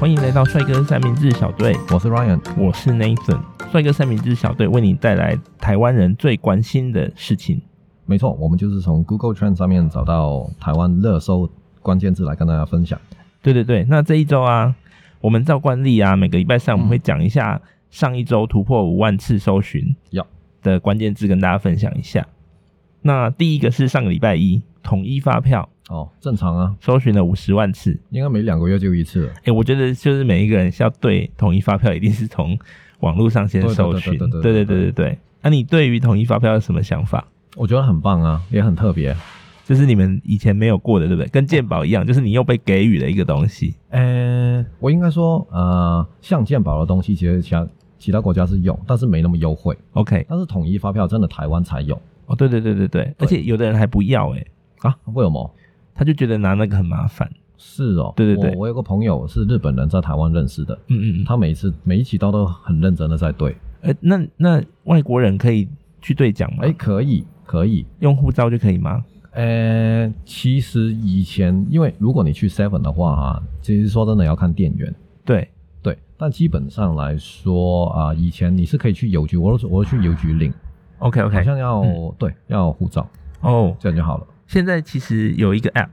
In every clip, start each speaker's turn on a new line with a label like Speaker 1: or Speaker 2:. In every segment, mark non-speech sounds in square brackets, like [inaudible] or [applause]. Speaker 1: 欢迎来到帅哥三明治小队，
Speaker 2: 我是 Ryan，
Speaker 1: 我是 Nathan。帅哥三明治小队为你带来台湾人最关心的事情。
Speaker 2: 没错，我们就是从 Google Trend 上面找到台湾热搜关键字来跟大家分享。
Speaker 1: 对对对，那这一周啊，我们照惯例啊，每个礼拜三我们会讲一下上一周突破五万次搜寻
Speaker 2: 要
Speaker 1: 的关键字，跟大家分享一下。那第一个是上个礼拜一统一发票
Speaker 2: 哦，正常啊，
Speaker 1: 搜寻了五十万次，
Speaker 2: 应该每两个月就一次了。
Speaker 1: 哎、我觉得就是每一个人要对统一发票，一定是从网络上先
Speaker 2: 对对
Speaker 1: 搜
Speaker 2: 对
Speaker 1: 寻。
Speaker 2: 对
Speaker 1: 对
Speaker 2: 对
Speaker 1: 对
Speaker 2: 对
Speaker 1: 对对对。那、你对于统一发票有什么想法？
Speaker 2: 我觉得很棒啊，也很特别。
Speaker 1: 这是你们以前没有过的，对不对？跟鉴宝一样，就是你又被给予了一个东西。
Speaker 2: 呃，我应该说，呃，像健保的东西，其实其他其他国家是有，但是没那么优惠。
Speaker 1: OK，
Speaker 2: 但是统一发票真的台湾才有
Speaker 1: 哦，对对对对对，而且有的人还不要、欸，
Speaker 2: 啊？为什么？
Speaker 1: 他就觉得拿那个很麻烦。
Speaker 2: 是哦，
Speaker 1: 对对对
Speaker 2: 我我有个朋友是日本人，在台湾认识的，
Speaker 1: 嗯嗯
Speaker 2: 他每一次每一期都都很认真的在对。
Speaker 1: 嗯，呃，那那外国人可以去兑奖吗？
Speaker 2: 哎，可以，可以，
Speaker 1: 用护照就可以吗？
Speaker 2: 呃，其实以前，因为如果你去 Seven 的话啊，其实说真的要看店员，
Speaker 1: 对，
Speaker 2: 对。但基本上来说啊、以前你是可以去邮局，我都我都去邮局领，
Speaker 1: OK
Speaker 2: 好
Speaker 1: OK，
Speaker 2: 像要、
Speaker 1: 嗯
Speaker 2: 对要护照，
Speaker 1: 哦，
Speaker 2: 这样就好了。
Speaker 1: 现在其实有一个 App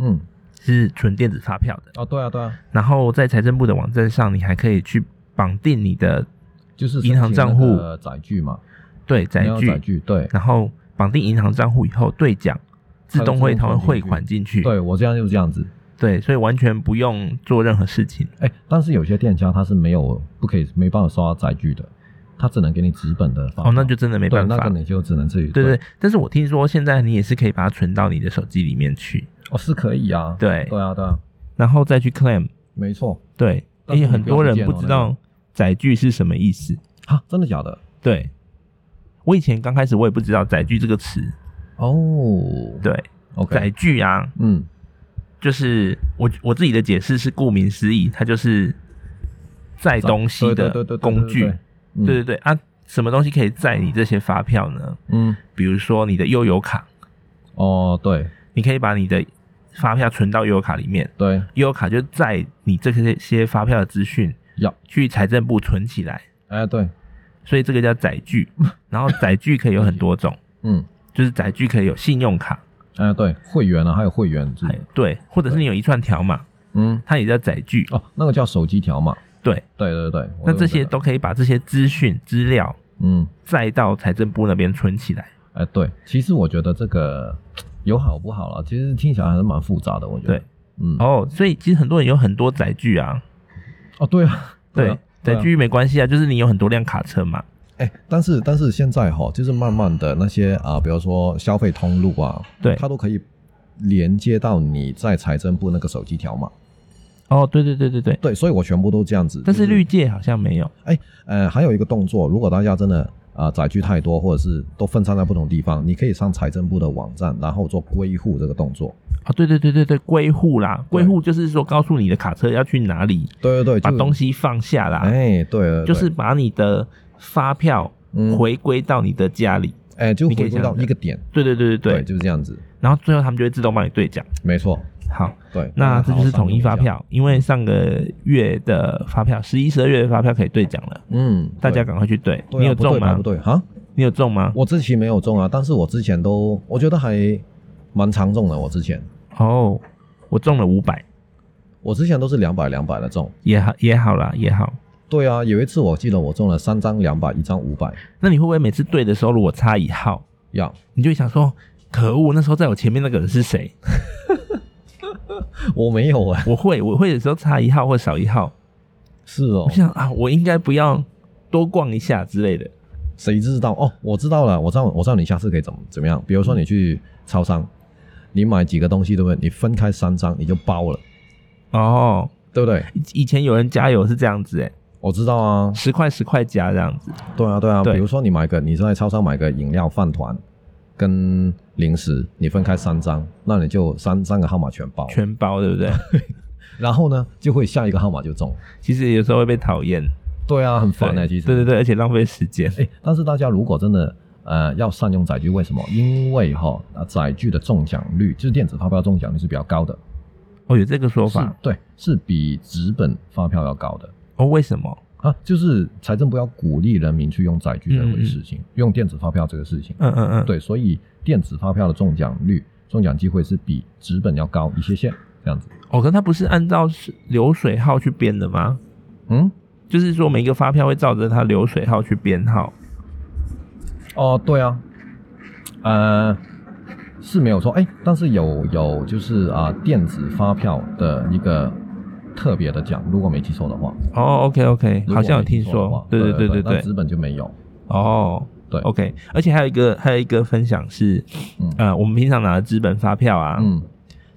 Speaker 2: 嗯，
Speaker 1: 是纯电子发票的，
Speaker 2: 哦，对啊，对啊，
Speaker 1: 然后在财政部的网站上，你还可以去绑定你的
Speaker 2: 就是
Speaker 1: 银行账户
Speaker 2: 申请那个载具嘛，
Speaker 1: 对载
Speaker 2: 你要
Speaker 1: 具，
Speaker 2: 载具，对，
Speaker 1: 然后绑定银行账户以后兑奖，自动会它会汇款进去。
Speaker 2: 对我这样就是这样子。
Speaker 1: 对，所以完全不用做任何事情。
Speaker 2: 哎，但是有些店家他是没有不可以没办法刷载具的，他只能给你纸本的发票。
Speaker 1: 哦，那就真的没
Speaker 2: 对，
Speaker 1: 办
Speaker 2: 那
Speaker 1: 法。
Speaker 2: 个你就只能自己
Speaker 1: 对对，但是我听说现在你也是可以把它存到你的手机里面去，
Speaker 2: 哦，是可以啊，
Speaker 1: 对
Speaker 2: 对啊，对啊，因
Speaker 1: 然后再去 claim。
Speaker 2: 没错。
Speaker 1: 对，而
Speaker 2: 但是
Speaker 1: 且
Speaker 2: 你
Speaker 1: 很多人
Speaker 2: 不用
Speaker 1: 不
Speaker 2: 去
Speaker 1: 知
Speaker 2: 见哦
Speaker 1: 道载具是什么意思。
Speaker 2: 啊，真的假的？
Speaker 1: 对，我以前刚开始我也不知道载具这个词。
Speaker 2: 哦，
Speaker 1: 对，载
Speaker 2: ，OK，
Speaker 1: 具啊，
Speaker 2: 嗯，
Speaker 1: 就是我我自己的解释是，顾名思义，它就是载东西
Speaker 2: 对
Speaker 1: 的
Speaker 2: 对对对对
Speaker 1: 工具。
Speaker 2: 对嗯
Speaker 1: 对
Speaker 2: 对
Speaker 1: 对对啊，什么东西可以载你这些发票呢？
Speaker 2: 嗯，嗯
Speaker 1: 比如说你的悠游卡，
Speaker 2: 哦，对
Speaker 1: 你可以把你的发票存到悠游卡里面，
Speaker 2: 对，
Speaker 1: 悠游卡就载你这些些发票的资讯
Speaker 2: 要，
Speaker 1: 去财政部存起来，
Speaker 2: 哎，对，
Speaker 1: 所以这个叫载具。 [laughs] 然后载具可以有很多种， [laughs]
Speaker 2: 嗯，
Speaker 1: 就是载具可以有信用卡，
Speaker 2: 哎，对，会员啊，还有会员制
Speaker 1: 还，有对，或者是你有一串条码，
Speaker 2: 嗯，
Speaker 1: 它也叫载具。
Speaker 2: 哦，那个叫手机条码，
Speaker 1: 对，
Speaker 2: 对对对，我
Speaker 1: 那
Speaker 2: 用
Speaker 1: 这些
Speaker 2: 个，
Speaker 1: 都可以把这些资讯资料
Speaker 2: 嗯，
Speaker 1: 载到财政部那边存起来。
Speaker 2: 哎，对，其实我觉得这个有好不好啦，其实听起来还是蛮复杂的，我觉得，
Speaker 1: 对，
Speaker 2: 嗯，哦，
Speaker 1: 哦，所以其实很多人有很多载具啊，
Speaker 2: 对啊，
Speaker 1: 对
Speaker 2: 啊，
Speaker 1: 载
Speaker 2: 啊
Speaker 1: 具没关系啊，就是你有很多辆卡车嘛。
Speaker 2: 哎，但是但是现在哈，就是慢慢的那些啊，比如说消费通路啊，
Speaker 1: 对
Speaker 2: 它都可以连接到你在财政部那个手机条码。
Speaker 1: 哦，对对对对对，
Speaker 2: 对，所以我全部都这样子。
Speaker 1: 但是
Speaker 2: 就
Speaker 1: 绿界好像没有。
Speaker 2: 哎呃，还有一个动作，如果大家真的啊载具太多，或者是都分散在不同地方，你可以上财政部的网站，然后做归户这个动作。
Speaker 1: 哦，对对对对对，归户啦，
Speaker 2: 对
Speaker 1: 归户就是说告诉你的卡车要去哪里，
Speaker 2: 对对对，
Speaker 1: 把
Speaker 2: 就
Speaker 1: 东西放下啦，
Speaker 2: 哎对对对
Speaker 1: 就是把你的发票
Speaker 2: 嗯
Speaker 1: 回归到你的家里。
Speaker 2: 哎就
Speaker 1: 你
Speaker 2: 回
Speaker 1: 可以
Speaker 2: 归
Speaker 1: 这样
Speaker 2: 到
Speaker 1: 子
Speaker 2: 一个点。
Speaker 1: 对对对对对，
Speaker 2: 就是这样子，
Speaker 1: 然后最后他们就会自动帮你兑奖。
Speaker 2: 没错。
Speaker 1: 好，
Speaker 2: 对，
Speaker 1: 那
Speaker 2: 大家
Speaker 1: 这
Speaker 2: 嗯
Speaker 1: 就
Speaker 2: 好好
Speaker 1: 是
Speaker 2: 善
Speaker 1: 统一
Speaker 2: 用
Speaker 1: 发
Speaker 2: 下。
Speaker 1: 票，因为上个月的发票，十一、十二月的发票可以兑奖了，
Speaker 2: 嗯，
Speaker 1: 大家
Speaker 2: 对。
Speaker 1: 赶快去兑。
Speaker 2: 对啊
Speaker 1: 你有
Speaker 2: 不对
Speaker 1: 中
Speaker 2: 吧
Speaker 1: 吗
Speaker 2: 不？对哈，
Speaker 1: 你有中吗？
Speaker 2: 我之前没有中啊，但是我之前都我觉得还蛮常中的。我之前
Speaker 1: 哦，我中了五百，
Speaker 2: 我之前都是两百两百的中。
Speaker 1: 也好也好啦，也好。
Speaker 2: 对啊，有一次我记得我中了三张两百，一张五百。
Speaker 1: 那你会不会每次对的时候，如果差一号，
Speaker 2: 呀，
Speaker 1: 你就会想说，可恶，那时候在我前面那个人是谁？
Speaker 2: 我没有 [laughs] 啊。
Speaker 1: 我会，我会有时候差一号或少一号，
Speaker 2: 是哦
Speaker 1: 我，想啊，我应该不要多逛一下之类的。
Speaker 2: 谁知道哦？我知道了，我知道，我知道你下次可以怎么怎么样。比如说你去超商，你买几个东西，对不对？你分开三张，你就包了，
Speaker 1: 哦，
Speaker 2: 对不对？
Speaker 1: 以以前有人加油是这样子、欸，
Speaker 2: 我知道啊，
Speaker 1: 十块十块加这样子。
Speaker 2: 对啊，对啊。
Speaker 1: 对
Speaker 2: 比如说你买个，你在超商买个饮料、饭团跟零食，你分开三张，那你就三三个号码全包。
Speaker 1: 全包，对不
Speaker 2: [laughs]
Speaker 1: 对？
Speaker 2: 然后呢，就会下一个号码就中。
Speaker 1: 其实有时候会被讨厌，
Speaker 2: 对啊，很烦哎、
Speaker 1: 对
Speaker 2: 其实。
Speaker 1: 对对对，而且浪费时间。
Speaker 2: 哎，但是大家如果真的呃要善用载具，为什么？因为哈、啊载具的中奖率就是电子发票中奖率是比较高的。
Speaker 1: 哦，有这个说
Speaker 2: 是
Speaker 1: 法
Speaker 2: 对，是比纸本发票要高的
Speaker 1: 哦？为什么？
Speaker 2: 啊。就是财政部要鼓励人民去用载具这
Speaker 1: 嗯嗯
Speaker 2: 回
Speaker 1: 嗯
Speaker 2: 事情，用电子发票这个事情。
Speaker 1: 嗯嗯嗯，，
Speaker 2: 对，所以电子发票的中奖率、中奖机会是比纸本要高一些些，这样子。
Speaker 1: 哦，可是它不是按照是流水号去编的吗？
Speaker 2: 嗯，
Speaker 1: 就是说每一个发票会照着它流水号去编号。
Speaker 2: 哦，对啊，呃，是没有错，哎、但是有有就是啊、电子发票的一个特别的奖，如果没记错的话，
Speaker 1: 哦，OK OK，
Speaker 2: 如果
Speaker 1: 好像有
Speaker 2: 没记
Speaker 1: 听
Speaker 2: 错的话
Speaker 1: 说，对
Speaker 2: 对
Speaker 1: 对对
Speaker 2: 对
Speaker 1: 对
Speaker 2: 但，纸本就没有，
Speaker 1: 哦，
Speaker 2: 对
Speaker 1: ，OK，而且还有一个还有一个分享是，
Speaker 2: 嗯
Speaker 1: 呃，我们平常拿的资本发票啊，
Speaker 2: 嗯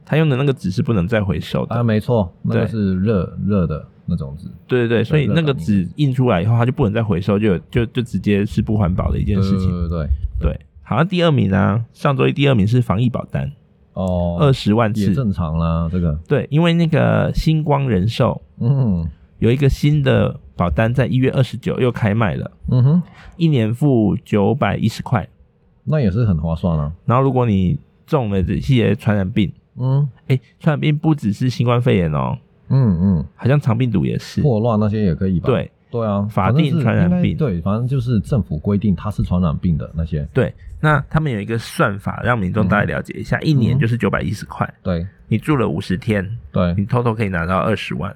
Speaker 1: 它用的那个纸是不能再回收的，
Speaker 2: 啊，没错，那
Speaker 1: 对
Speaker 2: 个是热热的那种纸，
Speaker 1: 对对对，所以
Speaker 2: 热
Speaker 1: 那个
Speaker 2: 感应
Speaker 1: 纸印出来以后，它就不能再回收，就有就就直接是不环保的一件
Speaker 2: 对
Speaker 1: 事情。
Speaker 2: 对对对，
Speaker 1: 对，好像第二名啊，上周一第二名是防疫保单，
Speaker 2: 哦，
Speaker 1: 二十万
Speaker 2: 也
Speaker 1: 次。
Speaker 2: 正常啦，这个，
Speaker 1: 对，因为那个星光人寿
Speaker 2: 嗯
Speaker 1: 有一个新的保单，在一月二十九又开卖了，
Speaker 2: 嗯哼，
Speaker 1: 一年付九百一十块。
Speaker 2: 那也是很划算啊，
Speaker 1: 然后如果你中了这些传染病，
Speaker 2: 嗯
Speaker 1: 哎、传染病不只是新冠肺炎哦，
Speaker 2: 嗯
Speaker 1: 好像肠病毒也是
Speaker 2: 嗯，。霍乱那些也可以吧？。
Speaker 1: 对
Speaker 2: 对啊，
Speaker 1: 法
Speaker 2: 反正
Speaker 1: 定
Speaker 2: 是
Speaker 1: 传染
Speaker 2: 应该
Speaker 1: 病
Speaker 2: 对，反正就是政府规定它是传染病的那些，
Speaker 1: 对，那他们有一个算法，让民众大概了解一下，一年就是九百一十块。
Speaker 2: 对
Speaker 1: 你住了五十天，
Speaker 2: 对，
Speaker 1: 你偷偷可以拿到二十万，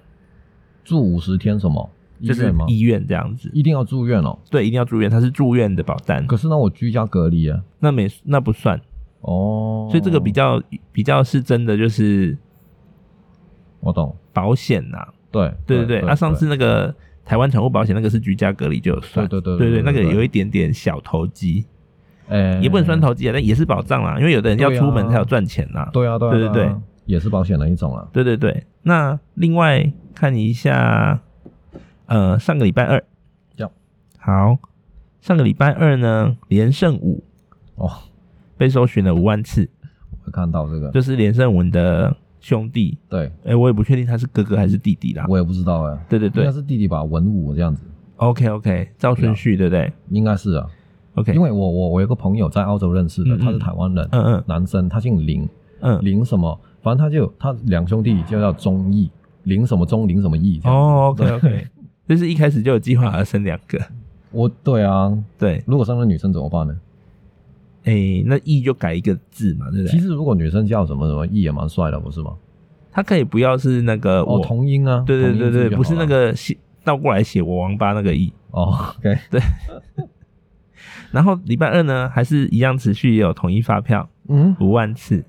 Speaker 2: 住五十天什么医
Speaker 1: 就是
Speaker 2: 院吗？
Speaker 1: 医院这样子。
Speaker 2: 一定要住院哦。
Speaker 1: 对，一定要住院，它是住院的保单，
Speaker 2: 可是呢，我居家隔离啊。
Speaker 1: 那没那不算，
Speaker 2: 哦，
Speaker 1: 所以这个比较比较是真的，就是
Speaker 2: 我懂。
Speaker 1: 保险呐、
Speaker 2: 对
Speaker 1: 对对对，那、上次那个台湾宠物保险那个是居家隔离就有算，
Speaker 2: 对对
Speaker 1: 对
Speaker 2: 对
Speaker 1: 对，
Speaker 2: 对
Speaker 1: 那个
Speaker 2: 对对
Speaker 1: 有一点点小投机，
Speaker 2: 诶
Speaker 1: 也不能算。投机啊，但也是保障啦，因为有的人要
Speaker 2: 嗯对啊
Speaker 1: 出门才有赚钱呐。
Speaker 2: 对啊对啊
Speaker 1: 对对
Speaker 2: 啊也是保险的一种啊啦。
Speaker 1: 对对对，那另外看一下，呃，上个礼拜二
Speaker 2: Yup，
Speaker 1: 好，上个礼拜二呢，连胜五
Speaker 2: 哦，
Speaker 1: 被搜寻了五万次，
Speaker 2: 我看到这个，
Speaker 1: 就是连胜文的兄弟，
Speaker 2: 对
Speaker 1: 哎、我也不确定他是哥哥还是弟弟啦。
Speaker 2: 我也不知道哎，
Speaker 1: 对对
Speaker 2: 应该
Speaker 1: 对
Speaker 2: 是弟弟吧，文武这样子，
Speaker 1: ，OK OK，照顺序对不对
Speaker 2: 应该是啊。
Speaker 1: ？OK，
Speaker 2: 因为我我我有个朋友在澳洲认识
Speaker 1: 嗯
Speaker 2: 的，
Speaker 1: 嗯
Speaker 2: 他是台湾人，
Speaker 1: 嗯嗯
Speaker 2: 男生，他姓林，
Speaker 1: 嗯，
Speaker 2: 林什么，反正他就他两兄弟就叫忠义，林什么忠，林什么义。哦，
Speaker 1: 哦，OK OK，就是一开始就有计划要生两个，
Speaker 2: 我对啊，
Speaker 1: 对，
Speaker 2: 如果生了女生怎么办呢？
Speaker 1: 哎、那义就改一个字嘛，对不
Speaker 2: 其
Speaker 1: 对？
Speaker 2: 实如果女生叫什么什么义也蛮帅的，不是吗？
Speaker 1: 他可以不要是那个我，
Speaker 2: 哦，同音啊，
Speaker 1: 对对
Speaker 2: 同音
Speaker 1: 对
Speaker 2: 字
Speaker 1: 对，
Speaker 2: 就
Speaker 1: 不是
Speaker 2: 好了
Speaker 1: 那个写倒过来写我王八那个义。
Speaker 2: 哦，OK，
Speaker 1: 然后礼拜二呢，还是一样持续也有统一发票
Speaker 2: 嗯，
Speaker 1: 五万次，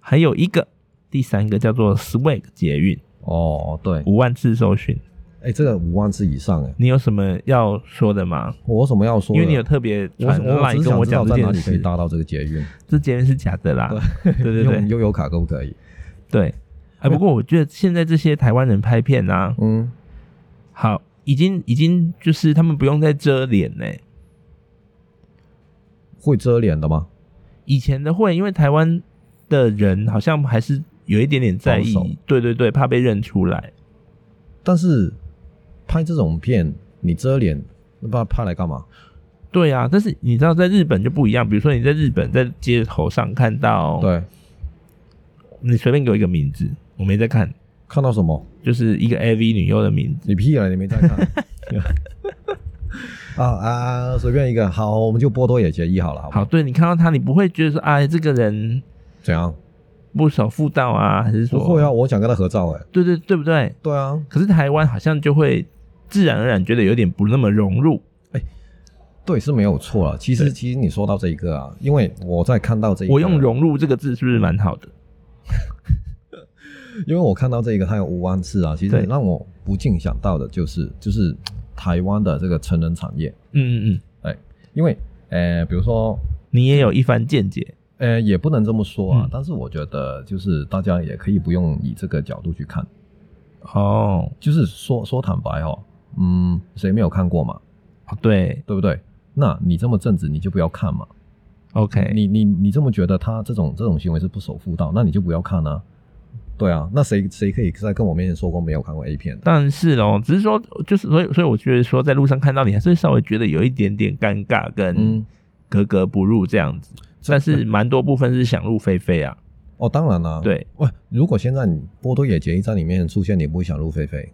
Speaker 1: 还有一个第三个叫做 Swag 捷运
Speaker 2: 哦，对，
Speaker 1: 五万次搜寻，
Speaker 2: 哎，这个五万字以上哎，
Speaker 1: 你有什么要说的吗？
Speaker 2: 我有什么要说的？
Speaker 1: 因为你有特别
Speaker 2: 我
Speaker 1: 传
Speaker 2: 我我
Speaker 1: 来
Speaker 2: 只
Speaker 1: 跟
Speaker 2: 是想
Speaker 1: 我
Speaker 2: 知道
Speaker 1: 讲这
Speaker 2: 在哪
Speaker 1: 件
Speaker 2: 里可以
Speaker 1: 事，
Speaker 2: 搭到这个捷运，
Speaker 1: 这件事是假的啦。对对
Speaker 2: 用
Speaker 1: 对，
Speaker 2: 悠游卡可不可以？
Speaker 1: 对。哎，不过我觉得现在这些台湾人拍片啊，
Speaker 2: 嗯，
Speaker 1: 好，已经已经就是他们不用再遮脸呢、
Speaker 2: 会遮脸的吗？
Speaker 1: 以前的会，因为台湾的人好像还是有一点点在意
Speaker 2: 保守，
Speaker 1: 对对对，怕被认出来。
Speaker 2: 但是拍这种片，你遮脸，那把它拍来干嘛？
Speaker 1: 对啊，但是你知道，在日本就不一样。比如说你在日本在街头上看到，
Speaker 2: 对，
Speaker 1: 你随便给我一个名字，我没在看，
Speaker 2: 看到什么？
Speaker 1: 就是一个 AV 女优的名字。
Speaker 2: 你屁了，你没在 [laughs] 看。啊啊，随便一个，好，我们就波多野结衣好了，好不好
Speaker 1: 好，对你看到她，你不会觉得说，哎，这个人
Speaker 2: 怎样？
Speaker 1: 不守妇道啊，还是
Speaker 2: 不
Speaker 1: 说，
Speaker 2: 会啊，我想跟他合照哎、
Speaker 1: 对对对不对？
Speaker 2: 对啊，
Speaker 1: 可是台湾好像就会自然而然觉得有点不那么融入。
Speaker 2: 对是没有错啊了。其
Speaker 1: 对
Speaker 2: 实其实你说到这一个啊，因为我在看到这一个，啊
Speaker 1: 我用“融入”这个字是不是蛮好的？
Speaker 2: 因为我看到这一个它有五万次啊，其实
Speaker 1: 对
Speaker 2: 让我不禁想到的就是就是嘖台湾的这个成人产业，
Speaker 1: 嗯嗯嗯，
Speaker 2: 因为呃比如说
Speaker 1: 你也有一番见解。
Speaker 2: 呃也不能这么说啊，
Speaker 1: 嗯
Speaker 2: 但是我觉得就是大家也可以不用以这个角度去看，
Speaker 1: 哦，
Speaker 2: 就是说说坦白哦，嗯，谁没有看过嘛？
Speaker 1: 哦对
Speaker 2: 对不对？那你这么正直，你就不要看嘛。
Speaker 1: ，OK，
Speaker 2: 你你你这么觉得他这种这种行为是不守妇道，那你就不要看啊。对啊，那谁谁可以在跟我面前说过没有看过 A 片的？
Speaker 1: 但是哦，只是说，就是所以，所以我觉得说，在路上看到你，还是稍微觉得有一点点尴尬跟
Speaker 2: 嗯，
Speaker 1: 格格不入这样子。但是蛮多部分是想入非非啊，
Speaker 2: 哦，当然啦、，
Speaker 1: 对，
Speaker 2: 喂，如果现在你波多野结衣在里面出现，你不会想入非非？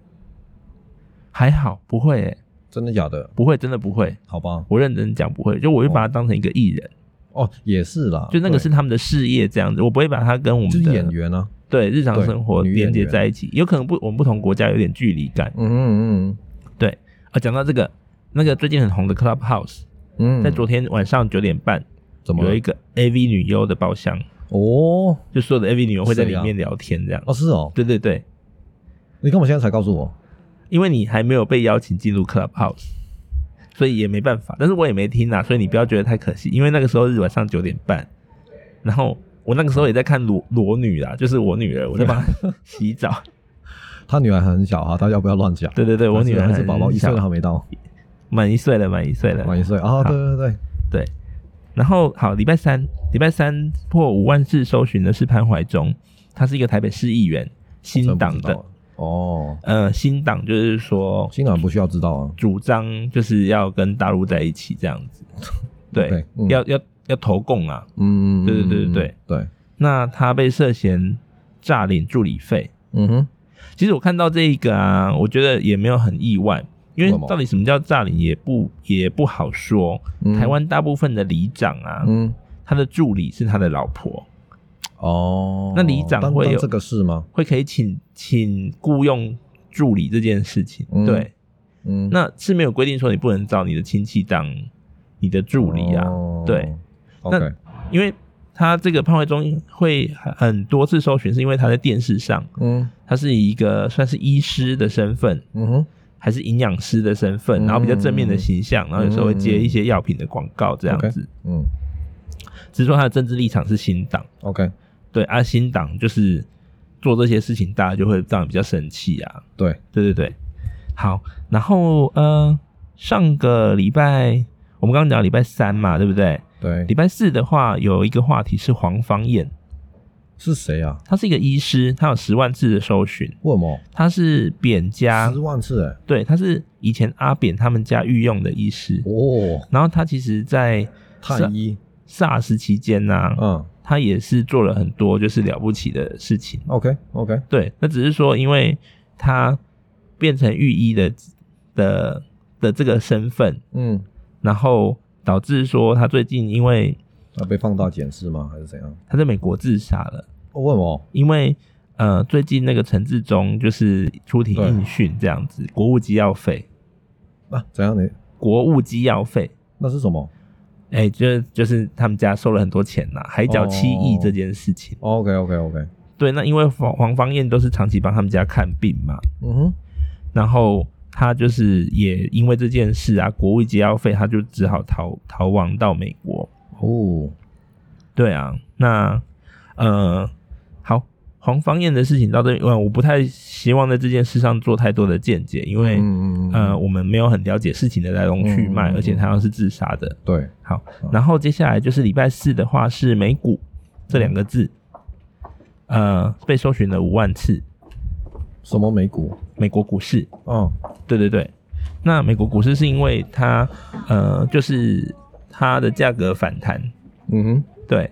Speaker 1: 还好不会、欸，
Speaker 2: 真的假的？
Speaker 1: 不会，真的不会。
Speaker 2: 好吧，
Speaker 1: 我认真讲不会，就我就把它当成一个艺人，
Speaker 2: 哦，也是啦，
Speaker 1: 就那个是他们的事业这样子，我不会把它跟我
Speaker 2: 对
Speaker 1: 们
Speaker 2: 就
Speaker 1: 的
Speaker 2: 是演员啊，
Speaker 1: 对日常
Speaker 2: 对
Speaker 1: 生活
Speaker 2: 女演
Speaker 1: 连接
Speaker 2: 员
Speaker 1: 在一起，有可能不我们不同国家有点距离感
Speaker 2: 嗯嗯
Speaker 1: 啊。讲到这个，那个最近很红的 Clubhouse，
Speaker 2: 嗯嗯，
Speaker 1: 在昨天晚上九点半
Speaker 2: 怎么
Speaker 1: 有
Speaker 2: 了
Speaker 1: 一个 AV 女优的包厢，
Speaker 2: 哦
Speaker 1: 就所有的 AV 女优会在
Speaker 2: 谁
Speaker 1: 里
Speaker 2: 啊
Speaker 1: 面聊天这样。
Speaker 2: 哦是哦，
Speaker 1: 对对对，
Speaker 2: 你干嘛现在才告诉我？
Speaker 1: 因为你还没有被邀请进入 Clubhouse，所以也没办法。但是我也没听啊，所以你不要觉得太可惜，因为那个时候是晚上九点半，然后我那个时候也在看裸裸女啊，就是我女儿，我在帮她洗澡。 [laughs]
Speaker 2: 他女儿很小哈，大家不要乱讲。
Speaker 1: 对对对，我女儿
Speaker 2: 还是宝宝
Speaker 1: 很
Speaker 2: 一岁
Speaker 1: 小
Speaker 2: 都还没到，
Speaker 1: 满一岁了，满一岁了，
Speaker 2: 满一岁啊，对对对，
Speaker 1: 对，然后好，礼拜三，礼拜三破五万次搜寻的是潘怀忠，他是一个台北市议员，新党
Speaker 2: 真不知
Speaker 1: 的
Speaker 2: 道，哦，
Speaker 1: 呃，新党就是说
Speaker 2: 新党不需要知道啊，
Speaker 1: 主张就是要跟大陆在一起这样
Speaker 2: [laughs]
Speaker 1: 子，对
Speaker 2: OK，嗯
Speaker 1: 要要要投共啊。
Speaker 2: 嗯，嗯
Speaker 1: 对对对
Speaker 2: 嗯
Speaker 1: 对对
Speaker 2: 对，
Speaker 1: 那他被涉嫌诈领助理费，
Speaker 2: 嗯哼，
Speaker 1: 其实我看到这一个啊，我觉得也没有很意外，因
Speaker 2: 为什
Speaker 1: 为
Speaker 2: 么
Speaker 1: 到底什么叫诈领也不也不好说。
Speaker 2: 嗯
Speaker 1: 台，湾大部分的里长啊，
Speaker 2: 嗯，
Speaker 1: 他的助理是他的老婆，
Speaker 2: 哦，
Speaker 1: 那里长
Speaker 2: 当
Speaker 1: 会
Speaker 2: 当
Speaker 1: 有
Speaker 2: 这个事吗？
Speaker 1: 会可以请请雇佣助理这件事情，
Speaker 2: 嗯
Speaker 1: 对，
Speaker 2: 嗯，
Speaker 1: 那是没有规定说你不能找你的亲戚当你的助理啊，
Speaker 2: 哦
Speaker 1: 对
Speaker 2: ，OK，
Speaker 1: 因为他这个潘怀忠会很多次搜寻，是因为他在电视上，
Speaker 2: 嗯
Speaker 1: 他是以一个算是医师的身份，
Speaker 2: 嗯哼，
Speaker 1: 还是营养师的身份，
Speaker 2: 嗯
Speaker 1: 然后比较正面的形象，然后有时候会接一些药品的广告这样子，
Speaker 2: 嗯
Speaker 1: 只是说他的政治立场是新党，
Speaker 2: ，OK，
Speaker 1: 对啊，新党就是做这些事情，大家就会当然比较生气啊，
Speaker 2: 对，
Speaker 1: 对对对，好，然后呃，上个礼拜我们刚刚讲礼拜三嘛，对不对？
Speaker 2: 对
Speaker 1: 礼，拜四的话有一个话题是黄芳燕，
Speaker 2: 是谁啊？
Speaker 1: 她是一个医师，她有十万次的搜寻，
Speaker 2: 为什么？
Speaker 1: 她是扁家
Speaker 2: 十，万次哎，
Speaker 1: 对，她是以前阿扁他们家御用的医师，
Speaker 2: 哦，
Speaker 1: 然后她其实在
Speaker 2: 太医，
Speaker 1: SARS 期间呢、
Speaker 2: 嗯
Speaker 1: 她也是做了很多就是了不起的事情，
Speaker 2: ，OK OK，
Speaker 1: 对，那只是说，因为他变成御医的的的这个身份，
Speaker 2: 嗯，
Speaker 1: 然后导致说他最近因为
Speaker 2: 那被放大检视吗？还是怎样？
Speaker 1: 他在美国自杀了，
Speaker 2: 哦，为什么？
Speaker 1: 因为呃最近那个陈志忠就是出庭
Speaker 2: 对
Speaker 1: 应讯这样子，国务机要费，
Speaker 2: 啊，怎样你？
Speaker 1: 国务机要费。
Speaker 2: 那是什么
Speaker 1: 哎、就就是他们家收了很多钱呐、海角七亿
Speaker 2: 哦
Speaker 1: 这件事情。
Speaker 2: ？OK OK OK，
Speaker 1: 对，那因为黄黄芳燕都是长期帮他们家看病嘛，
Speaker 2: 嗯哼，
Speaker 1: 然后他就是也因为这件事啊，国务医药费，他就只好逃逃亡到美国。
Speaker 2: 哦，
Speaker 1: 对啊，那呃，好，黄芳燕的事情到这里，呃，我不太希望在这件事上做太多的见解，因为、
Speaker 2: 嗯嗯嗯，
Speaker 1: 呃，我们没有很了解事情的来龙去脉，
Speaker 2: 嗯嗯嗯
Speaker 1: 而且他要是自杀的。
Speaker 2: 对，
Speaker 1: 好，
Speaker 2: 嗯
Speaker 1: 然后接下来就是礼拜四的话是美股这两个字，呃，被搜寻了五万次，
Speaker 2: 什么美股？
Speaker 1: 美国股市。
Speaker 2: 哦，
Speaker 1: 对对对，那美国股市是因为它呃，就是它的价格反弹，
Speaker 2: 嗯哼，
Speaker 1: 对，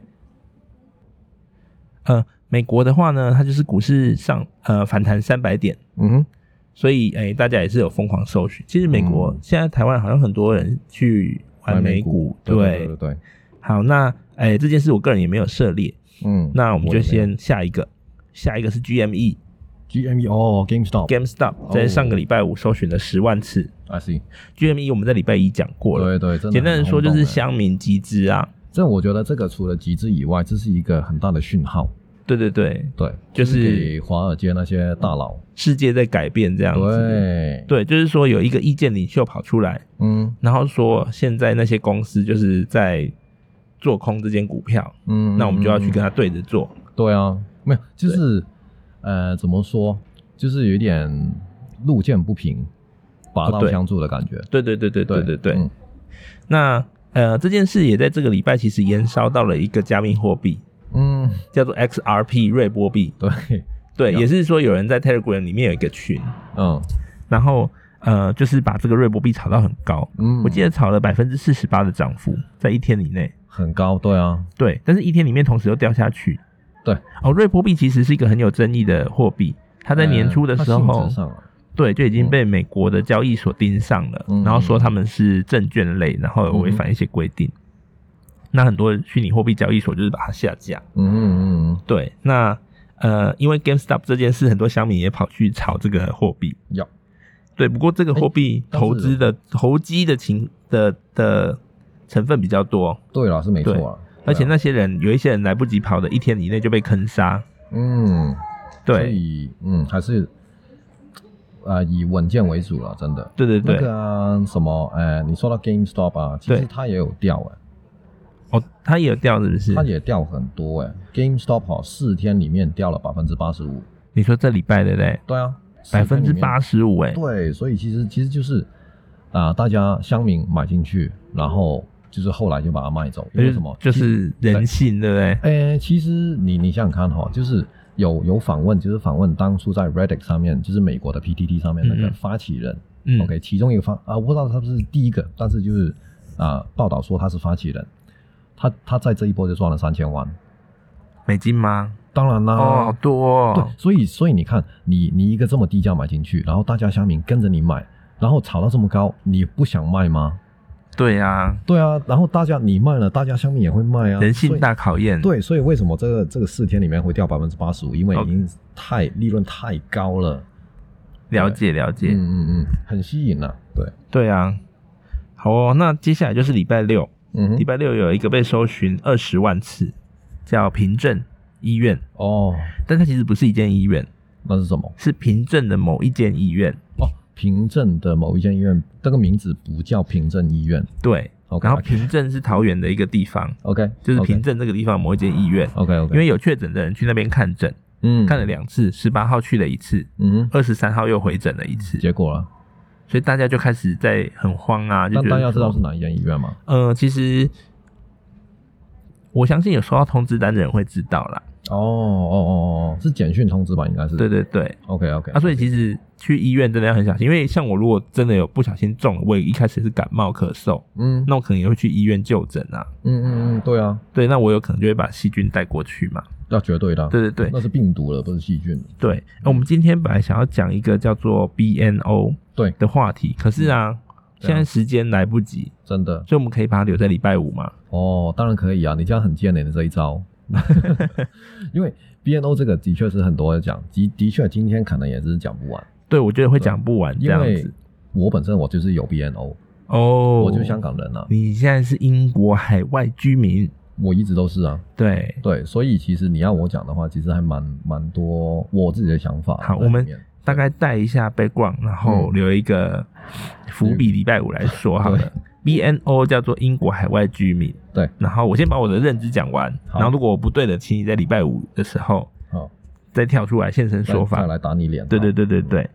Speaker 1: 呃，美国的话呢，它就是股市上呃反弹三百点，
Speaker 2: 嗯哼，
Speaker 1: 所以哎、大家也是有疯狂搜寻。其实美国、
Speaker 2: 嗯
Speaker 1: 现在台湾好像很多人去玩
Speaker 2: 买
Speaker 1: 美
Speaker 2: 股
Speaker 1: 股，，
Speaker 2: 对对对对，
Speaker 1: 好，那哎、这件事我个人也没有涉猎，
Speaker 2: 嗯，
Speaker 1: 那我们
Speaker 2: 也
Speaker 1: 就
Speaker 2: 没有
Speaker 1: 先下一个，下一个是 GME
Speaker 2: GME 哦，GameStop，I
Speaker 1: GameStop，在上个礼拜五搜寻了十万次、E
Speaker 2: see，
Speaker 1: GME，我们在礼拜一讲过了。
Speaker 2: 对对，真的
Speaker 1: E，简单的
Speaker 2: 很
Speaker 1: 说，
Speaker 2: 轰
Speaker 1: 就
Speaker 2: 动
Speaker 1: 是
Speaker 2: 欸
Speaker 1: 乡民集资啊，
Speaker 2: 这我觉得这个除了集资以外，这是一个很大的讯号，
Speaker 1: 对对对，
Speaker 2: 对，
Speaker 1: 就是
Speaker 2: 给华尔街那些大佬，
Speaker 1: 世界在改变这样子，
Speaker 2: 对，
Speaker 1: 对，就是说有一个意见领袖跑出来，
Speaker 2: 嗯
Speaker 1: 然后说现在那些公司就是在做空这间股票，
Speaker 2: 嗯，
Speaker 1: 那我们就要去
Speaker 2: 嗯
Speaker 1: 跟他对着做，
Speaker 2: 对啊，没有，就是呃，怎么说，就是有一点路见不平，拔
Speaker 1: 哦
Speaker 2: 刀
Speaker 1: 对
Speaker 2: 相助的感觉。
Speaker 1: 对对对对对对对
Speaker 2: 嗯。
Speaker 1: 那呃，这件事也在这个礼拜其实延烧到了一个加密货币，
Speaker 2: 嗯，
Speaker 1: 叫做 XRP 瑞波币，
Speaker 2: 对，
Speaker 1: 对，也是说有人在 Telegram 里面有一个群，
Speaker 2: 嗯
Speaker 1: 然后呃，就是把这个瑞波币炒到很高，
Speaker 2: 嗯，
Speaker 1: 我记得炒了百分之四十八的涨幅，在一天以内。
Speaker 2: 很高，对啊，
Speaker 1: 对，但是一天里面同时又掉下去，
Speaker 2: 对，
Speaker 1: 哦，瑞波币其实是一个很有争议的货币，它在年初的时
Speaker 2: 呃它
Speaker 1: 候，
Speaker 2: 性质上啊
Speaker 1: 对就已经被美国的交易所盯上了，
Speaker 2: 嗯
Speaker 1: 然后说他们是证券类，然后有违反一些规定。那很多虚拟货币交易所就是把它下架。
Speaker 2: 嗯嗯嗯嗯，
Speaker 1: 对，那呃，因为 GameStop 这件事，很多乡民也跑去炒这个货币。
Speaker 2: 要
Speaker 1: 对，不过这个货币
Speaker 2: 哎但是
Speaker 1: 投资的投机的情的的成分比较多，
Speaker 2: 对了，是没错啊。
Speaker 1: 而且
Speaker 2: 对啊
Speaker 1: 那些人有一些人来不及跑的，一天以内就被坑杀。
Speaker 2: 嗯，所
Speaker 1: 对，
Speaker 2: 以嗯还是呃以稳健为主了，真的。
Speaker 1: 对对对
Speaker 2: 那，个啊什么呃，你说到 GameStop 啊，其实
Speaker 1: 对
Speaker 2: 它也有掉哎、
Speaker 1: 哦，他也有掉是不是
Speaker 2: 它？也掉很多哎、GameStop 哦四天里面掉了百分之八十五，
Speaker 1: 你说这礼拜对不对？
Speaker 2: 对啊，
Speaker 1: 百分之
Speaker 2: 四天里面
Speaker 1: 八十五哎，
Speaker 2: 对，所以其实其实就是啊、大家乡民买进去，然后就是后来就把它卖走，因为什么？
Speaker 1: 就
Speaker 2: 其实
Speaker 1: 是人性对不对？
Speaker 2: 诶，呃其实你你想想看哈、就是有有访问，就是访问当初在 Reddit 上面，就是美国的 PTT 上面那
Speaker 1: 嗯
Speaker 2: 个
Speaker 1: 嗯
Speaker 2: 发起人、
Speaker 1: 嗯
Speaker 2: o k 其中一个发啊，我不知道他是不是第一个，但是就是啊、报道说他是发起人，他他在这一波就赚了三千万，
Speaker 1: 美金吗？
Speaker 2: 当然啦、
Speaker 1: 哦，好多
Speaker 2: 呃对
Speaker 1: 哦，，
Speaker 2: 所以所以你看，你你一个这么低价买进去，然后大家乡民跟着你买，然后炒到这么高，你不想卖吗？
Speaker 1: 对呀，
Speaker 2: 对啊，然后大家你卖了，大家乡民也会卖啊，
Speaker 1: 人
Speaker 2: 所
Speaker 1: 性
Speaker 2: 以
Speaker 1: 大考验。
Speaker 2: 对，所以为什么这个这个四天里面会掉百分之八十五？因为
Speaker 1: 哦
Speaker 2: 已经太利润太高了。
Speaker 1: 了解了
Speaker 2: 嗯
Speaker 1: 解，
Speaker 2: 嗯嗯，很吸引啊。对，
Speaker 1: 对啊。好哦，那接下来就是礼拜六，
Speaker 2: 嗯
Speaker 1: 礼
Speaker 2: 哼，
Speaker 1: 拜六有一个被搜寻二十万次，叫平镇医院，
Speaker 2: 哦，
Speaker 1: 但它其实不是一间医院，
Speaker 2: 那是什么？
Speaker 1: 是平镇的某一间医院。
Speaker 2: 哦，平镇的某一间医院，这个名字不叫平镇医院。
Speaker 1: 对
Speaker 2: OK，
Speaker 1: 然后平镇是桃园的一个地方，
Speaker 2: OK，
Speaker 1: 就是平镇这个地方某一间医院，
Speaker 2: OK OK，
Speaker 1: 因为有确诊的人去那边看诊，
Speaker 2: 嗯
Speaker 1: 看了，两次，十八号去了一次，
Speaker 2: 嗯哼，
Speaker 1: 二十三号又回诊了一次，
Speaker 2: 结果了。
Speaker 1: 所以大家就开始在很慌啊，就
Speaker 2: 但
Speaker 1: 觉得
Speaker 2: 大家知道
Speaker 1: 说
Speaker 2: 是哪一间医院吗？
Speaker 1: 呃，其实我相信有收到通知单的人会知道啦。
Speaker 2: 哦哦哦哦，哦，是简讯通知吧？应该是。
Speaker 1: 对对对，
Speaker 2: OK OK，
Speaker 1: 啊，所以其实去医院真的要很小心，因为像我如果真的有不小心中了，我也一开始是感冒咳嗽，
Speaker 2: 嗯
Speaker 1: 那我可能也会去医院就诊啊。
Speaker 2: 嗯嗯嗯，对啊，
Speaker 1: 对，那我有可能就会把细菌带过去嘛。
Speaker 2: 那绝对的啊。
Speaker 1: 对对对
Speaker 2: 那是病毒了，不是细菌。
Speaker 1: 对，那我们今天本来想要讲一个叫做 BNO
Speaker 2: 对，
Speaker 1: 的话题，可是啊，
Speaker 2: 对啊
Speaker 1: 现在时间来不及，
Speaker 2: 真的。
Speaker 1: 所以我们可以把它留在礼拜五嘛。
Speaker 2: 哦，当然可以啊，你这样很贱的、你这
Speaker 1: [laughs]
Speaker 2: 一招。因为 BNO 这个的确是很多人讲，的的确今天可能也是讲不完，
Speaker 1: 对，我觉得会讲不完这
Speaker 2: 因
Speaker 1: 样
Speaker 2: 为
Speaker 1: 子
Speaker 2: 我本身我就是有 BNO，、
Speaker 1: 哦。
Speaker 2: 我就是香港人啊，
Speaker 1: 你现在是英国海外居民，
Speaker 2: 我一直都是啊，
Speaker 1: 对，
Speaker 2: 对，所以其实你要我讲的话，其实还蛮蛮多我自己的想法
Speaker 1: 好
Speaker 2: 在里
Speaker 1: 我们
Speaker 2: 面
Speaker 1: 大概带一下 background，然后
Speaker 2: 嗯
Speaker 1: 留一个伏笔，礼拜五来说好了。BNO 叫做英国海外居民，
Speaker 2: 对，
Speaker 1: 然后我先把我的认知讲完，
Speaker 2: 好
Speaker 1: 然后如果我不对的，请你在礼拜五的时候
Speaker 2: 好
Speaker 1: 再跳出来现身
Speaker 2: 再
Speaker 1: 说法
Speaker 2: 再。来打你脸，
Speaker 1: 对对对对对，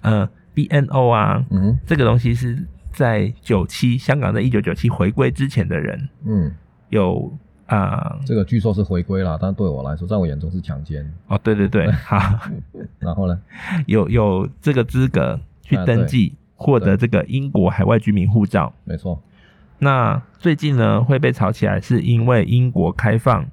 Speaker 1: 呃，BNO 啊，
Speaker 2: 嗯，
Speaker 1: 这个东西是在九七香港在一九九七回归之前的人
Speaker 2: 嗯嗯，
Speaker 1: 有啊、
Speaker 2: 这个据说是回归啦，但对我来说，在我眼中是强奸，
Speaker 1: 哦对对对，好， [laughs]
Speaker 2: 然后呢，
Speaker 1: 有有这个资格去
Speaker 2: 啊
Speaker 1: 登
Speaker 2: 对
Speaker 1: 记获得这个英国海外居民护照。
Speaker 2: 没错，
Speaker 1: 那最近呢会被炒起来，是因为英国开放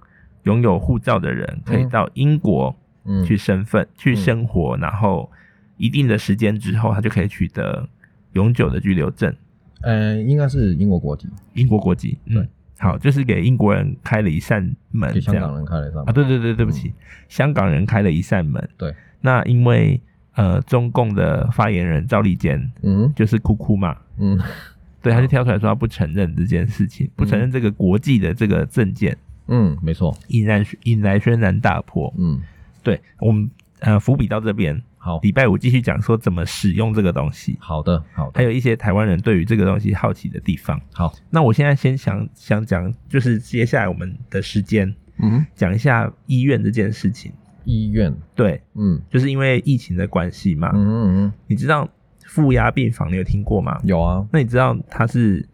Speaker 1: 拥有护照的人可以到英国
Speaker 2: 嗯，
Speaker 1: 去身份、去生活，然后一定的时间之后，他就可以取得永久的居留证，
Speaker 2: 嗯，应该是英国国籍，
Speaker 1: 英国国籍。嗯
Speaker 2: 对，
Speaker 1: 好，就是给英国人开了一扇门，
Speaker 2: 给
Speaker 1: 这
Speaker 2: 香
Speaker 1: 样
Speaker 2: 港人开了一张
Speaker 1: 啊，对对对，对不起，香港人开了一扇门。
Speaker 2: 对，
Speaker 1: 那因为呃，中共的发言人赵立坚
Speaker 2: 嗯
Speaker 1: 就是哭哭嘛，
Speaker 2: 嗯。
Speaker 1: 对，他就跳出来说他不承认这件事情，不承认这个国际的这个证件。
Speaker 2: 嗯，没错，
Speaker 1: 引燃引来轩然大波。
Speaker 2: 嗯，
Speaker 1: 对我们呃伏笔到这边，
Speaker 2: 好，
Speaker 1: 礼拜五继续讲说怎么使用这个东西，
Speaker 2: 好的，好
Speaker 1: 还
Speaker 2: 的，
Speaker 1: 有一些台湾人对于这个东西好奇的地方。
Speaker 2: 好，
Speaker 1: 那我现在先想想讲，就是接下来我们的时间
Speaker 2: 嗯，
Speaker 1: 讲一下医院这件事情。
Speaker 2: 医院，
Speaker 1: 对，
Speaker 2: 嗯
Speaker 1: 就是因为疫情的关系嘛，
Speaker 2: 嗯嗯
Speaker 1: 你知道负压病房你有听过吗
Speaker 2: 嗯，？有啊，
Speaker 1: 那你知道它是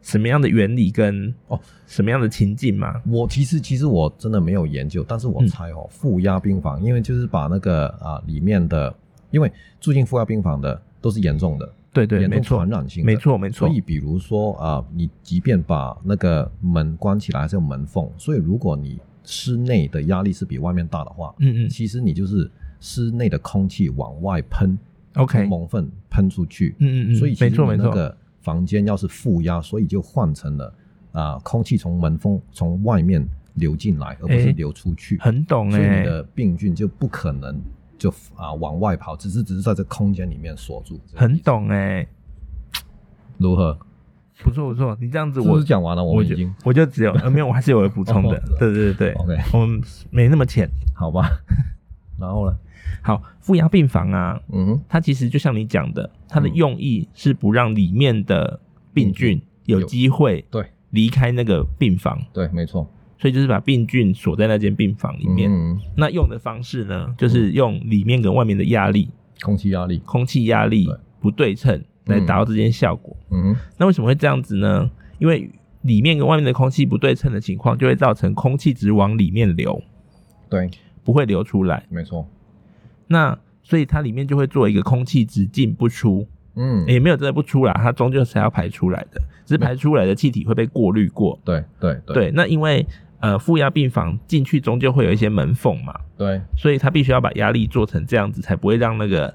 Speaker 1: 什么样的原理跟
Speaker 2: 哦
Speaker 1: 什么样的情境吗？
Speaker 2: 我其实其实我真的没有研究，但是我
Speaker 1: 嗯
Speaker 2: 猜哦，负压病房，因为就是把那个啊里面的，因为住进负压病房的都是严重的，
Speaker 1: 对对，
Speaker 2: 严
Speaker 1: 没
Speaker 2: 重
Speaker 1: 错
Speaker 2: 传，染性的，
Speaker 1: 没。错，没错
Speaker 2: 所。以，比如说啊、你即便把那个门关起来，还是有门缝。所以，如果你室内的压力是比外面大的话，
Speaker 1: 嗯嗯
Speaker 2: 其实你就是室内的空气往外喷，
Speaker 1: ，OK，
Speaker 2: 蒙粪喷出去，
Speaker 1: 嗯嗯嗯，
Speaker 2: 所以其
Speaker 1: 没
Speaker 2: 实
Speaker 1: 错
Speaker 2: 你
Speaker 1: 没
Speaker 2: 那
Speaker 1: 错，
Speaker 2: 个房间要是负压，所以就换成了啊、空气从门缝从外面流进来，而不是
Speaker 1: 诶
Speaker 2: 流出去，
Speaker 1: 很懂
Speaker 2: 所以
Speaker 1: 哎、
Speaker 2: 你的病菌就不可能就啊、往外跑，只是只是在这空间里面锁住。
Speaker 1: 很懂哎、
Speaker 2: 如何？
Speaker 1: 不错不错，你这样子
Speaker 2: 是不
Speaker 1: 我
Speaker 2: 是讲完了？我
Speaker 1: 我
Speaker 2: 们已
Speaker 1: 就
Speaker 2: 经
Speaker 1: 我就只有呃没有，我还是有补充的
Speaker 2: [laughs] 哦是啊，
Speaker 1: 对对对对
Speaker 2: OK，
Speaker 1: 我们没那么浅。
Speaker 2: 好吧？ [laughs] 然后呢？
Speaker 1: 好，负压病房啊，
Speaker 2: 嗯，
Speaker 1: 它其实就像你讲的，它的
Speaker 2: 嗯
Speaker 1: 用意是不让里面的病菌有
Speaker 2: 有
Speaker 1: 机会
Speaker 2: 对
Speaker 1: 离开那个病房，
Speaker 2: 对，没错。
Speaker 1: 所以就是把病菌锁在那间病房里面。
Speaker 2: 嗯，
Speaker 1: 那用的方式呢，就是用里面跟外面的压力、
Speaker 2: 空气压力。
Speaker 1: 空气压力
Speaker 2: 对
Speaker 1: 不对称来达到这件效果。
Speaker 2: 嗯
Speaker 1: 那为什么会这样子呢？因为里面跟外面的空气不对称的情况，就会造成空气只往里面流，
Speaker 2: 哼，对，
Speaker 1: 不会流出来。
Speaker 2: 没错。
Speaker 1: 那所以它里面就会做一个空气只进不出，
Speaker 2: 嗯，
Speaker 1: 也没有真的不出来，它终究是要排出来的，只是排出来的气体会被过滤过。
Speaker 2: 对对对
Speaker 1: 对，那因为呃负压病房进去终究会有一些门缝嘛，
Speaker 2: 对，
Speaker 1: 所以它必须要把压力做成这样子，才不会让那个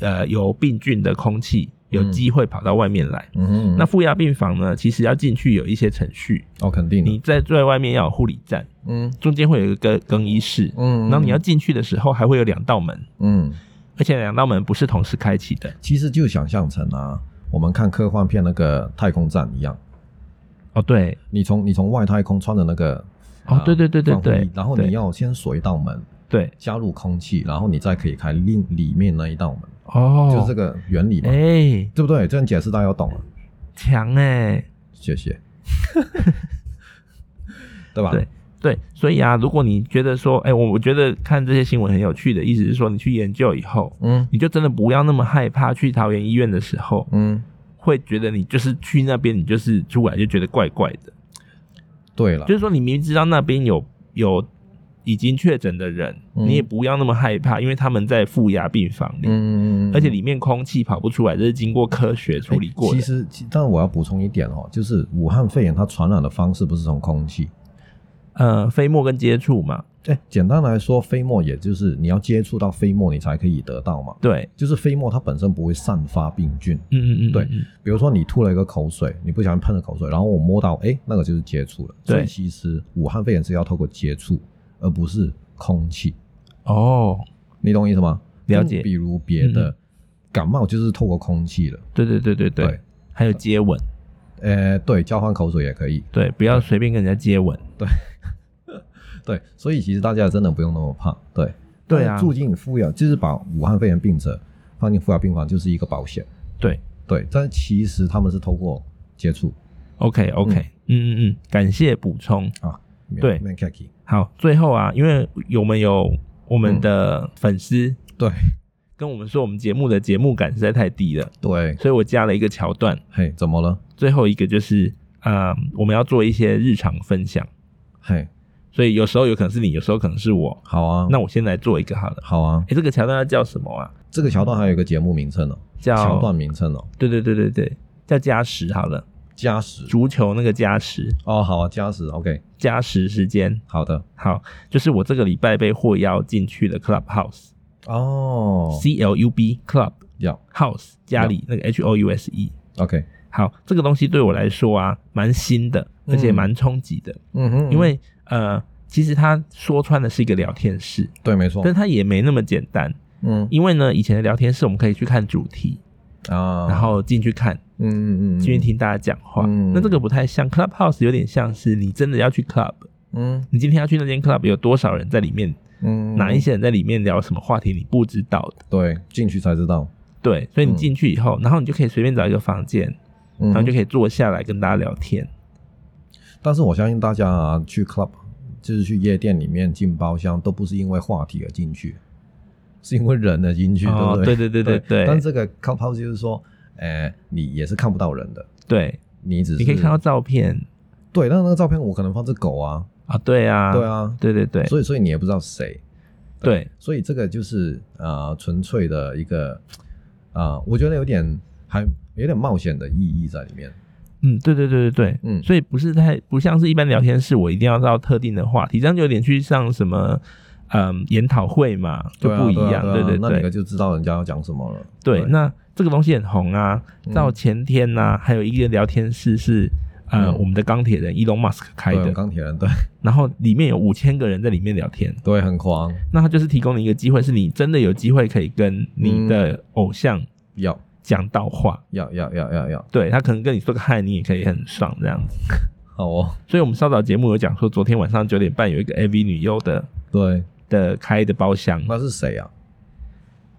Speaker 1: 呃有病菌的空气有
Speaker 2: 嗯
Speaker 1: 机会跑到外面来。
Speaker 2: 嗯哼，嗯哼
Speaker 1: 那负压病房呢，其实要进去有一些程序，
Speaker 2: 哦，肯定的。
Speaker 1: 你在最外面要有护理站，
Speaker 2: 嗯
Speaker 1: 中间会有一个更衣室，
Speaker 2: 嗯，
Speaker 1: 然后你要进去的时候还会有两道门，
Speaker 2: 嗯。
Speaker 1: 而且两道门不是同时开启的。
Speaker 2: 其实就想象成啊，我们看科幻片那个太空站一样，
Speaker 1: 哦，对，
Speaker 2: 你从你从外太空穿的那个
Speaker 1: 哦
Speaker 2: 啊
Speaker 1: 对对对对
Speaker 2: 防护衣
Speaker 1: 对
Speaker 2: 然后
Speaker 1: 对
Speaker 2: 你要先锁一道门，
Speaker 1: 对，
Speaker 2: 加入空气，然后你再可以开另里面那一道门，
Speaker 1: 哦，
Speaker 2: 就是这个原理嘛，
Speaker 1: 哎，
Speaker 2: 对不对？这样解释大家懂了，
Speaker 1: 强哎、[laughs]
Speaker 2: 谢谢，对吧？
Speaker 1: 对对，所以啊，如果你觉得说，哎、我我觉得看这些新闻很有趣的，意思是说，你去研究以后，
Speaker 2: 嗯
Speaker 1: 你就真的不要那么害怕去桃园医院的时候，
Speaker 2: 嗯，
Speaker 1: 会觉得你就是去那边，你就是出来就觉得怪怪的，
Speaker 2: 对了
Speaker 1: 就，是说你明知道那边有有已经确诊的人，
Speaker 2: 嗯
Speaker 1: 你也不要那么害怕，因为他们在负压病房里，
Speaker 2: 嗯，
Speaker 1: 而且里面空气跑不出来，这是经过科学处理过的。
Speaker 2: 其实，其但我要补充一点哦，就是武汉肺炎它传染的方式不是从空气，
Speaker 1: 呃，飞沫跟接触嘛，
Speaker 2: 哎，简单来说，飞沫也就是你要接触到飞沫，你才可以得到嘛。
Speaker 1: 对，
Speaker 2: 就是飞沫它本身不会散发病菌，
Speaker 1: 嗯嗯嗯，
Speaker 2: 对
Speaker 1: 嗯嗯
Speaker 2: 比如说你吐了一个口水，你不小心喷了口水，然后我摸到，哎，那个就是接触了。
Speaker 1: 对
Speaker 2: 所以其实武汉肺炎是要透过接触，而不是空气，
Speaker 1: 哦，
Speaker 2: 你懂我意思吗？
Speaker 1: 了解
Speaker 2: 就比如别
Speaker 1: 嗯
Speaker 2: 的感冒就是透过空气了，
Speaker 1: 对对对对对，
Speaker 2: 对
Speaker 1: 还有接吻，
Speaker 2: 呃，对，交换口水也可以，
Speaker 1: 对，不要随便跟人家接吻。
Speaker 2: 对，所以其实大家真的不用那么怕，对，
Speaker 1: 对啊
Speaker 2: 住进负压就是把武汉肺炎病者放进负压病房就是一个保险，
Speaker 1: 对
Speaker 2: 对，但其实他们是透过接触
Speaker 1: ，OK OK，嗯嗯嗯，感谢补充。
Speaker 2: 啊，
Speaker 1: 对
Speaker 2: m a n k a k i
Speaker 1: 好，最后啊，因为有我们有我们的粉丝
Speaker 2: 嗯对
Speaker 1: 跟我们说，我们节目的节目感实在太低了，
Speaker 2: 对，
Speaker 1: 所以我加了一个桥段。
Speaker 2: 嘿，怎么了？
Speaker 1: 最后一个就是，呃，我们要做一些日常分享，
Speaker 2: 嘿，
Speaker 1: 所以有时候有可能是你，有时候可能是我。
Speaker 2: 好啊，
Speaker 1: 那我先来做一个好了。
Speaker 2: 好啊，
Speaker 1: 诶，这个桥段要叫什么啊？
Speaker 2: 这个桥段还有一个节目名称哦，
Speaker 1: 叫
Speaker 2: 桥段名称哦，
Speaker 1: 对对对对对，叫加时好了，
Speaker 2: 加时
Speaker 1: 足球那个加时，
Speaker 2: 哦，好啊，加时，OK，
Speaker 1: 加时时间。
Speaker 2: 好的，
Speaker 1: 好，就是我这个礼拜被获邀进去的 Clubhouse，C
Speaker 2: 哦，
Speaker 1: L U B Club
Speaker 2: 要
Speaker 1: House 家里那个 H O U S E。
Speaker 2: ，OK，
Speaker 1: 好，这个东西对我来说啊，蛮新的，而且
Speaker 2: 嗯
Speaker 1: 蛮冲击的，
Speaker 2: 嗯哼，
Speaker 1: 因为呃，其实它说穿的是一个聊天室，
Speaker 2: 嗯对，没错
Speaker 1: 但，它也没那么简单，
Speaker 2: 嗯
Speaker 1: 因为呢，以前的聊天室我们可以去看主题，
Speaker 2: 啊，
Speaker 1: 然后进去看，
Speaker 2: 嗯嗯嗯，
Speaker 1: 进去听大家讲话。
Speaker 2: 嗯
Speaker 1: 那这个不太像 Clubhouse，有点像是你真的要去 club，
Speaker 2: 嗯
Speaker 1: 你今天要去那间 club，有多少人在里面
Speaker 2: 嗯，
Speaker 1: 哪一些人在里面聊什么话题你不知道的，
Speaker 2: 对进去才知道，
Speaker 1: 对，所以你
Speaker 2: 嗯
Speaker 1: 进去以后，然后你就可以随便找一个房间，
Speaker 2: 嗯
Speaker 1: 然后就可以坐下来跟大家聊天。
Speaker 2: 但是我相信大家啊，去 club 就是去夜店里面进包厢，都不是因为话题而进去，是因为人而进去，
Speaker 1: 哦
Speaker 2: 对不
Speaker 1: 对对
Speaker 2: 对
Speaker 1: 对对对
Speaker 2: 但这个 clubhouse 就是说，呃，你也是看不到人的，
Speaker 1: 对，
Speaker 2: 你只是
Speaker 1: 你可以看到照片
Speaker 2: 对，但是那个照片我可能放只狗啊，
Speaker 1: 啊，对啊，
Speaker 2: 对，啊，
Speaker 1: 对对对
Speaker 2: 所以所以你也不知道谁，
Speaker 1: 对，
Speaker 2: 所以这个就是呃纯粹的一个，呃，我觉得有点还有点冒险的意义在里面，
Speaker 1: 嗯，对对对对对，
Speaker 2: 嗯
Speaker 1: 所以不是太不像是一般聊天室，我一定要到特定的话题，这样就有点去上什么嗯研讨会嘛，就
Speaker 2: 对啊
Speaker 1: 不一样，
Speaker 2: 对啊
Speaker 1: 对
Speaker 2: 那你
Speaker 1: 对
Speaker 2: 可就知道人家要讲什么了。
Speaker 1: 对。那这个东西很红啊，
Speaker 2: 嗯
Speaker 1: 到前天呐、还有一个聊天室是呃、
Speaker 2: 嗯
Speaker 1: 我们的钢铁人 Elon Musk 开
Speaker 2: 对，
Speaker 1: 的，
Speaker 2: 钢铁人，对
Speaker 1: 然后里面有五千个人在里面聊天，
Speaker 2: 对，很狂，
Speaker 1: 那他就是提供你一个机会，是你真的有机会可以跟你
Speaker 2: 嗯
Speaker 1: 的偶像
Speaker 2: 要
Speaker 1: 讲到话，
Speaker 2: 要要要要要，
Speaker 1: 对他可能跟你说个嗨，你也可以很爽这样子。
Speaker 2: 好哦，
Speaker 1: 所以我们稍早节目有讲说，昨天晚上九点半有一个 AV 女优的
Speaker 2: 对，
Speaker 1: 的开的包厢，
Speaker 2: 那是谁啊？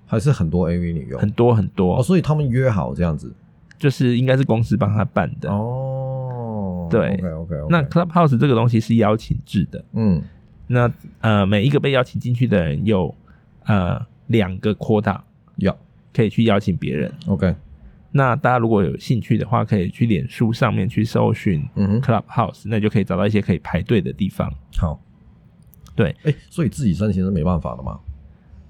Speaker 2: 还是很多 AV 女优
Speaker 1: 很多很
Speaker 2: 哦，
Speaker 1: 多，
Speaker 2: 所以他们约好这样子
Speaker 1: 就是应该是公司帮他办的。
Speaker 2: 哦
Speaker 1: 对
Speaker 2: ，OK OK OK，
Speaker 1: 那 Clubhouse 这个东西是邀请制的，
Speaker 2: 嗯
Speaker 1: 那呃每一个被邀请进去的人有呃两个 quota
Speaker 2: 要
Speaker 1: 可以去邀请别人。
Speaker 2: OK，
Speaker 1: 那大家如果有兴趣的话，可以去脸书上面去搜寻
Speaker 2: 嗯哼，
Speaker 1: Clubhouse，那就可以找到一些可以排队的地方。
Speaker 2: 好，
Speaker 1: 对，
Speaker 2: 哎，所以自己申请是没办法的嘛？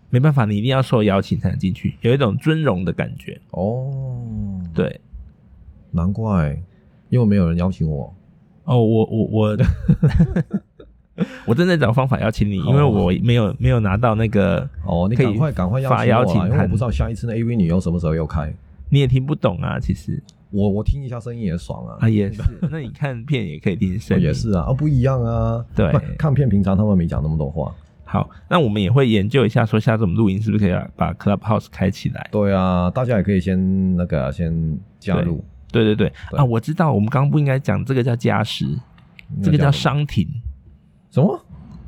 Speaker 1: 没办法，你一定要受邀请才能进去，有一种尊荣的感觉。
Speaker 2: 哦，，
Speaker 1: 对，
Speaker 2: 难怪，因为没有人邀请我，
Speaker 1: 哦，我我
Speaker 2: [laughs]
Speaker 1: 我，我正在找方法邀请你，
Speaker 2: 好啊
Speaker 1: 因为我没有没有拿到那个，
Speaker 2: 哦，你
Speaker 1: 可以
Speaker 2: 赶快赶快邀
Speaker 1: 发
Speaker 2: 请
Speaker 1: 邀
Speaker 2: 我
Speaker 1: 请
Speaker 2: 啊，因为我
Speaker 1: 函
Speaker 2: 不知道下一次的 AV 女优什么时候又开，
Speaker 1: 你也听不懂啊，其实
Speaker 2: 我我听一下声音也爽啊
Speaker 1: 啊，也
Speaker 2: [laughs]
Speaker 1: 是，那你看片也可以听声
Speaker 2: 哦
Speaker 1: 音，
Speaker 2: 也是啊，啊不一样啊，
Speaker 1: 对
Speaker 2: 不看片平常他们没讲那么多话，
Speaker 1: 好，那我们也会研究一下，说下次我们录音是不是可以把 Clubhouse 开起来？
Speaker 2: 对啊，大家也可以先那个啊先加入，
Speaker 1: 对对对，
Speaker 2: 对
Speaker 1: 啊，我知道，我们刚刚不应该讲这个叫加时，这个叫
Speaker 2: 那什么
Speaker 1: 商庭，
Speaker 2: 什么？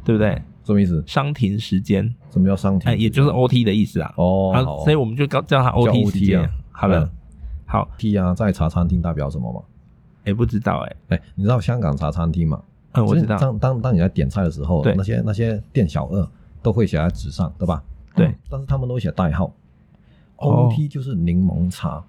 Speaker 1: 对不对？
Speaker 2: 什么意思？
Speaker 1: 商庭时间，
Speaker 2: 什么叫商
Speaker 1: 哎、
Speaker 2: 庭？
Speaker 1: 也就是 OT 的意思啊。
Speaker 2: 哦，
Speaker 1: 啊
Speaker 2: 好哦
Speaker 1: 所以我们就叫叫它 OT 时间。
Speaker 2: OT 啊
Speaker 1: 好了，
Speaker 2: 嗯
Speaker 1: 好，
Speaker 2: T 啊，在茶餐厅代表什么吗？
Speaker 1: 也、不知道哎、
Speaker 2: 哎，你知道香港茶餐厅吗？
Speaker 1: 嗯，我
Speaker 2: 就
Speaker 1: 知
Speaker 2: 是
Speaker 1: 道，
Speaker 2: 当当当你在点菜的时候，
Speaker 1: 对
Speaker 2: 那些那些店小二都会写在纸上，对吧？
Speaker 1: 对
Speaker 2: 嗯但是他们都会写代号。
Speaker 1: 哦
Speaker 2: O T 就是柠檬茶，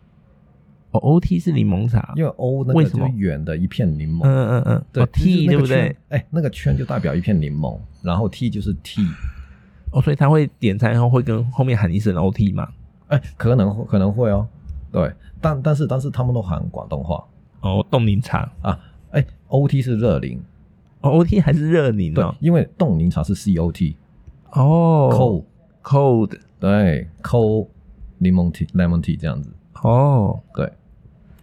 Speaker 1: 哦，OT 是柠檬茶，
Speaker 2: 因为 O 那
Speaker 1: 为
Speaker 2: 个
Speaker 1: 什
Speaker 2: 就
Speaker 1: 么
Speaker 2: 是远的一片柠
Speaker 1: 嗯
Speaker 2: 檬，
Speaker 1: 嗯嗯嗯，
Speaker 2: 对
Speaker 1: 哦
Speaker 2: 就是
Speaker 1: ，T
Speaker 2: 那
Speaker 1: 对
Speaker 2: 个
Speaker 1: 不对
Speaker 2: 圈？？哎，那个圈就代表一片柠檬，然后 T 就是 T，
Speaker 1: 哦，所以他会点餐后会跟后面喊一声 OT 嘛？
Speaker 2: 哎，可能会可能会哦，对，但但是但是他们都喊广东话
Speaker 1: 哦，冻柠茶，
Speaker 2: 啊，哎，O T 是热柠，
Speaker 1: 哦，OT 还是热柠
Speaker 2: 对
Speaker 1: 哦，，
Speaker 2: 因为冻柠茶是 C O T，
Speaker 1: 哦
Speaker 2: cold，
Speaker 1: cold，
Speaker 2: 对，cold lemon tea lemon tea 这样子，
Speaker 1: 哦，
Speaker 2: 对，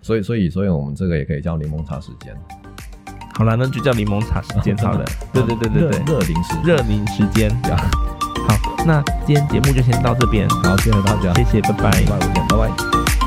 Speaker 2: 所以所以所以我们这个也可以叫柠檬茶时间，
Speaker 1: 好了，那就叫柠檬茶时间好了。对对对对
Speaker 2: 热
Speaker 1: 对，
Speaker 2: 哦热零食，
Speaker 1: 热柠时间。
Speaker 2: 呀，
Speaker 1: 好，那今天节目就先到这边，
Speaker 2: 好，谢谢大家，
Speaker 1: 谢谢，拜拜
Speaker 2: 拜。拜，我见，拜拜。